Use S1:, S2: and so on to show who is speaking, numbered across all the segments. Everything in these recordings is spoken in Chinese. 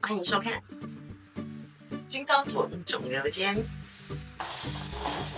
S1: 欢迎收看《金刚臀肿瘤间》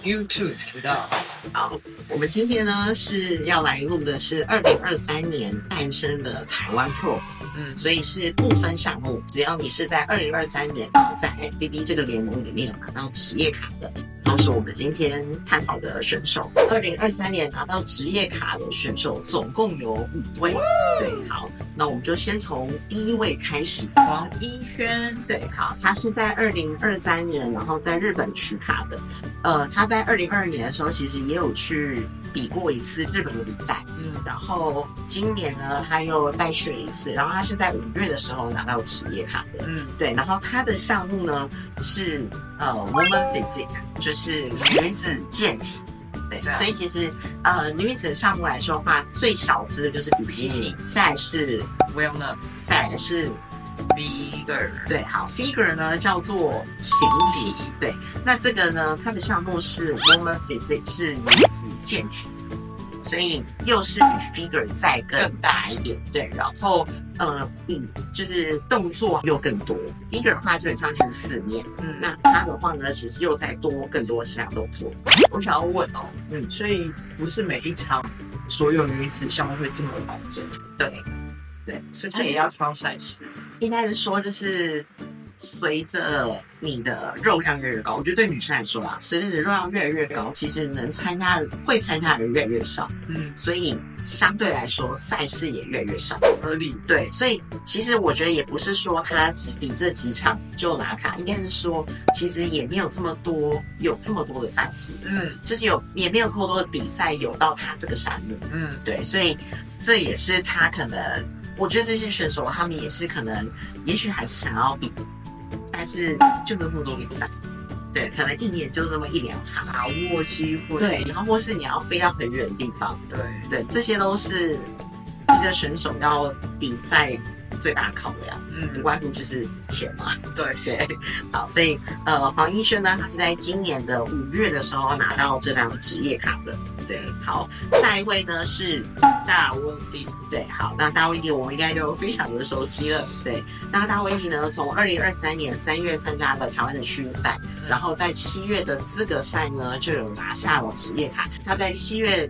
S1: YouTube 频道。好，我们今天呢是要来录的是二零二三年诞生的台湾 Pro，
S2: 嗯
S1: 所以是不分项目，只要你是在二零二三年在 FBB 这个联盟里面有拿到职业卡的。都是我们今天探讨的选手。二零二三年拿到职业卡的选手总共有五位。对，好，那我们就先从第一位开始。
S2: 黄一轩，
S1: 对，好，他是在二零二三年，然后在日本取卡的。呃，他在二零二二年的时候，其实也有去比过一次日本的比赛，
S2: 嗯，
S1: 然后今年呢，他又再学一次，然后他是在五月的时候拿到职业卡的。
S2: 嗯，
S1: 对，然后他的项目呢是呃 woman physique，就是女子健体。对，
S2: 对啊
S1: 所以其实呃女子项目来说的话，最小资的就是比基尼，再来是
S2: Wellness
S1: 再来是
S2: Figure，
S1: 对，好，figure 呢叫做形体，对，那这个呢，它的项目是 woman physique，是女子健体，所以又是比 figure 再更大一点，对，然后呃，嗯，就是动作又更多，figure 的话基本上就是四面，
S2: 嗯，
S1: 那它的话呢，其实又再多更多其他动作，
S2: 我想要问哦，
S1: 嗯
S2: 嗯，所以不是每一场所有女子项目会这么完整，
S1: 对，对，
S2: 所以
S1: 它
S2: 这
S1: 也
S2: 也
S1: 要
S2: 要挑赛事，
S1: 应该是说就是随着你的肉量越来越高，我觉得对女生来说啊，随着你的肉量越来越高，其实能参加会参加的人越来越少，
S2: 嗯，
S1: 所以相对来说赛事也越来越少。
S2: 合理，
S1: 对，所以其实我觉得也不是说他比这几场就拿卡，应该是说其实也没有这么多有这么多的赛事，
S2: 嗯
S1: 就是有也没有这么多的比赛有到他这个项目。
S2: 嗯，
S1: 对，所以这也是他可能，我觉得这些选手他们也是可能，也许还是想要比，但是就没有那么多比赛，对，可能一年就那么一两场，
S2: 把握机会，
S1: 对，然后或是你要飞到很远的地方，
S2: 对，
S1: 对，这些都是一个选手要比赛最大的考量，无
S2: 嗯，
S1: 外乎就是钱嘛。
S2: 对，
S1: 对，好，所以呃，黄奕轩呢，他是在今年的五月的时候拿到这张职业卡的。对，好，下一位呢是
S2: 大问题，
S1: 对，好，那大卫迪我们应该就非常的熟悉了。对，那大卫迪呢，从二零二三年三月参加了台湾的区域赛，然后在七月的资格赛呢，就有拿下了职业卡。他在七月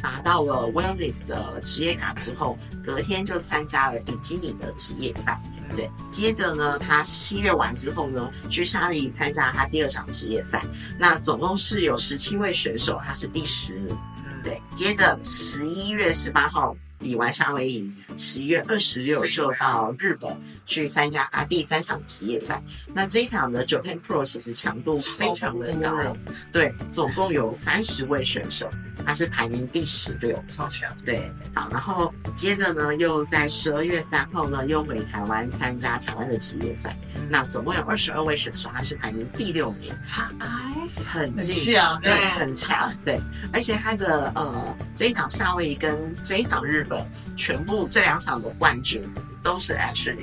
S1: 拿到了 Wellness 的职业卡之后，隔天就参加了比基尼的职业赛。
S2: 嗯
S1: 对，接着呢，他七月完之后呢，去沙里参加他第二场职业赛。那总共是有十七位选手，他是第十名。
S2: 嗯，
S1: 对，接着十一月十八号比完夏威夷，十一月二十六就到日本去参加啊第三场职业赛。那这一场的 Japan Pro 其实强度非常的
S2: 超
S1: 高
S2: 多，
S1: 对，总共有三十位选手，他是排名第十六。
S2: 超强，
S1: 对，好，然后接着呢，又在十二月三号呢，又回台湾参加台湾的职业赛。那总共有二十二位选手，他是排名第六名，
S2: 他哎，
S1: 很
S2: 很
S1: 近，
S2: 强，
S1: 对，很强，对，而且他的呃这一场夏威夷跟这一场日本，全部这两场的冠军都是 Ashley，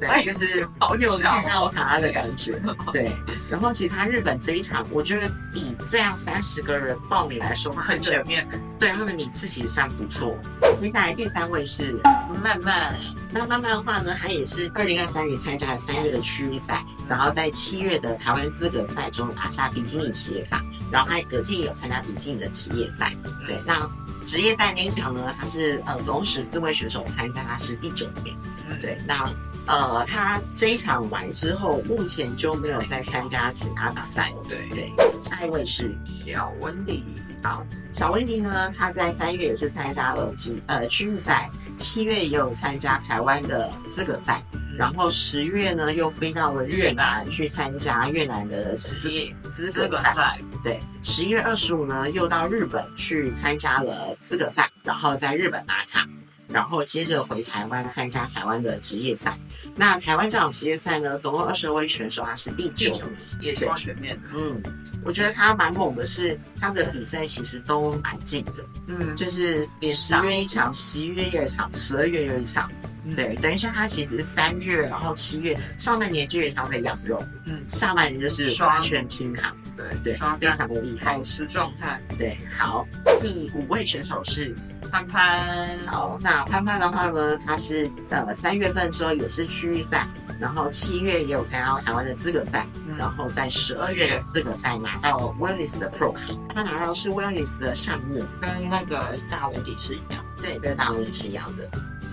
S1: 对，
S2: 哎
S1: 就是
S2: 好有
S1: 有看
S2: 料，
S1: 到他的感觉，对。然后其他日本这一场，我觉得以这样三十个人报名来说，
S2: 很全面，
S1: 对他们你自己算不错。接下来第三位是
S2: 慢慢，
S1: 那慢慢的话呢，他也是二零二三年参加了三月的区域赛，然后在七月的台湾资格赛中拿下比基尼职业卡，然后他隔天也有参加比基尼的职业赛。对，那职业赛那一场呢，他是呃总共十四位选手参加，他是第九名。
S2: 嗯，
S1: 对，那呃他这一场完之后，目前就没有再参加其他比赛了。
S2: 对，
S1: 对，下一位是
S2: 嗯小温迪，
S1: 好，小温迪呢，他在三月也是参加了职呃区域赛，七月也有参加台湾的资格赛，然后十月呢又飞到了越南去参加越南的
S2: 职业
S1: 资
S2: 资
S1: 格
S2: 格
S1: 赛。
S2: 赛，
S1: 对，十一月二十五呢又到日本去参加了资格赛，然后在日本打卡。然后接着回台湾参加台湾的职业赛，那台湾这场职业赛呢，总共二十位选手，他是第九名。
S2: 也超全面的，
S1: 嗯，我觉得他蛮猛的是，他的比赛其实都蛮近的，
S2: 嗯，
S1: 就是十月一场，十一月也有一场，十二月也有一场。
S2: 嗯
S1: 对，等于说他其实三月，然后七月上半年基本上在养肉，
S2: 嗯，
S1: 下半年就是
S2: 双
S1: 完全拼扛，
S2: 对
S1: 对，
S2: 双
S1: 非
S2: 非常
S1: 常的厉害
S2: 保。持状态，
S1: 对，好，第五位选手是
S2: 潘潘，
S1: 好，那潘潘的话呢，他是呃三月份之后也是区域赛，然后七月也有参加台湾的资格赛，
S2: 嗯
S1: 然后在十二月的资格赛拿到 Willis 的 Pro，他拿到是 Willis 的上面，
S2: 跟那个大文底是一样，
S1: 对，跟大卫是一样的。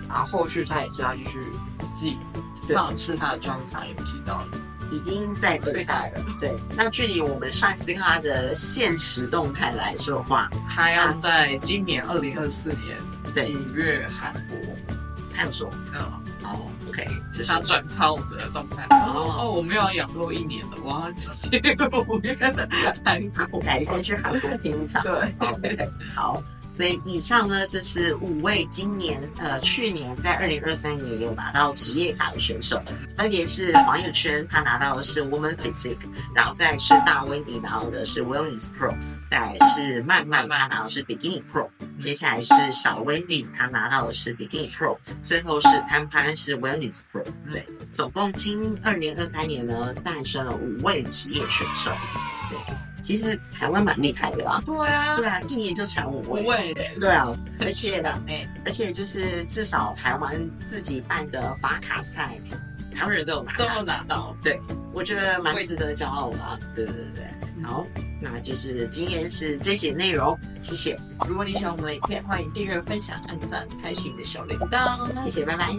S2: 然后后续他也是要继续自己。上次他的专访有提到的，
S1: 已经在备赛了，对。那距离我们上一次看他的现实动态来说的话，
S2: 他要在今年二零二四年
S1: 对
S2: 一月韩国，
S1: 他有说
S2: 嗯，
S1: 哦，OK，就
S2: 就
S1: 是是
S2: 他转发我们的动态，
S1: 哦
S2: 哦，我没有要养肉一年的，我要直接五月的韩国，
S1: 改天去韩国拼一场。
S2: 对，
S1: OK，好，所以以上呢，就是五位今年呃去年在二零二三年有拿到职业卡的选手，分别是黄以轩，他拿到的是 Woman Physic，然后再是大威迪拿到的是 Wellness Pro，再是曼曼她拿到的是 Bikini Pro，接下来是小 Wendy 她拿到的是 Bikini Pro，最后是潘潘是 Wellness Pro，对，总共今二零二三年呢诞生了五位职业选手，对。其实台湾蛮厉害的啦，
S2: 对啊
S1: 对，啊，一年就产五位。
S2: 位
S1: 对啊，而且
S2: 的，哎，
S1: 而且就是至少台湾自己办的法卡赛，台湾人都有啊拿
S2: 都
S1: 到，
S2: 有拿到，
S1: 我觉得蛮值得骄傲的、啊。对对对，好，那就是今天是这节内容，谢谢，
S2: 如果你喜欢我们的影片，欢迎订阅、分享、按赞、开启你的小铃铛。
S1: 谢谢，拜拜。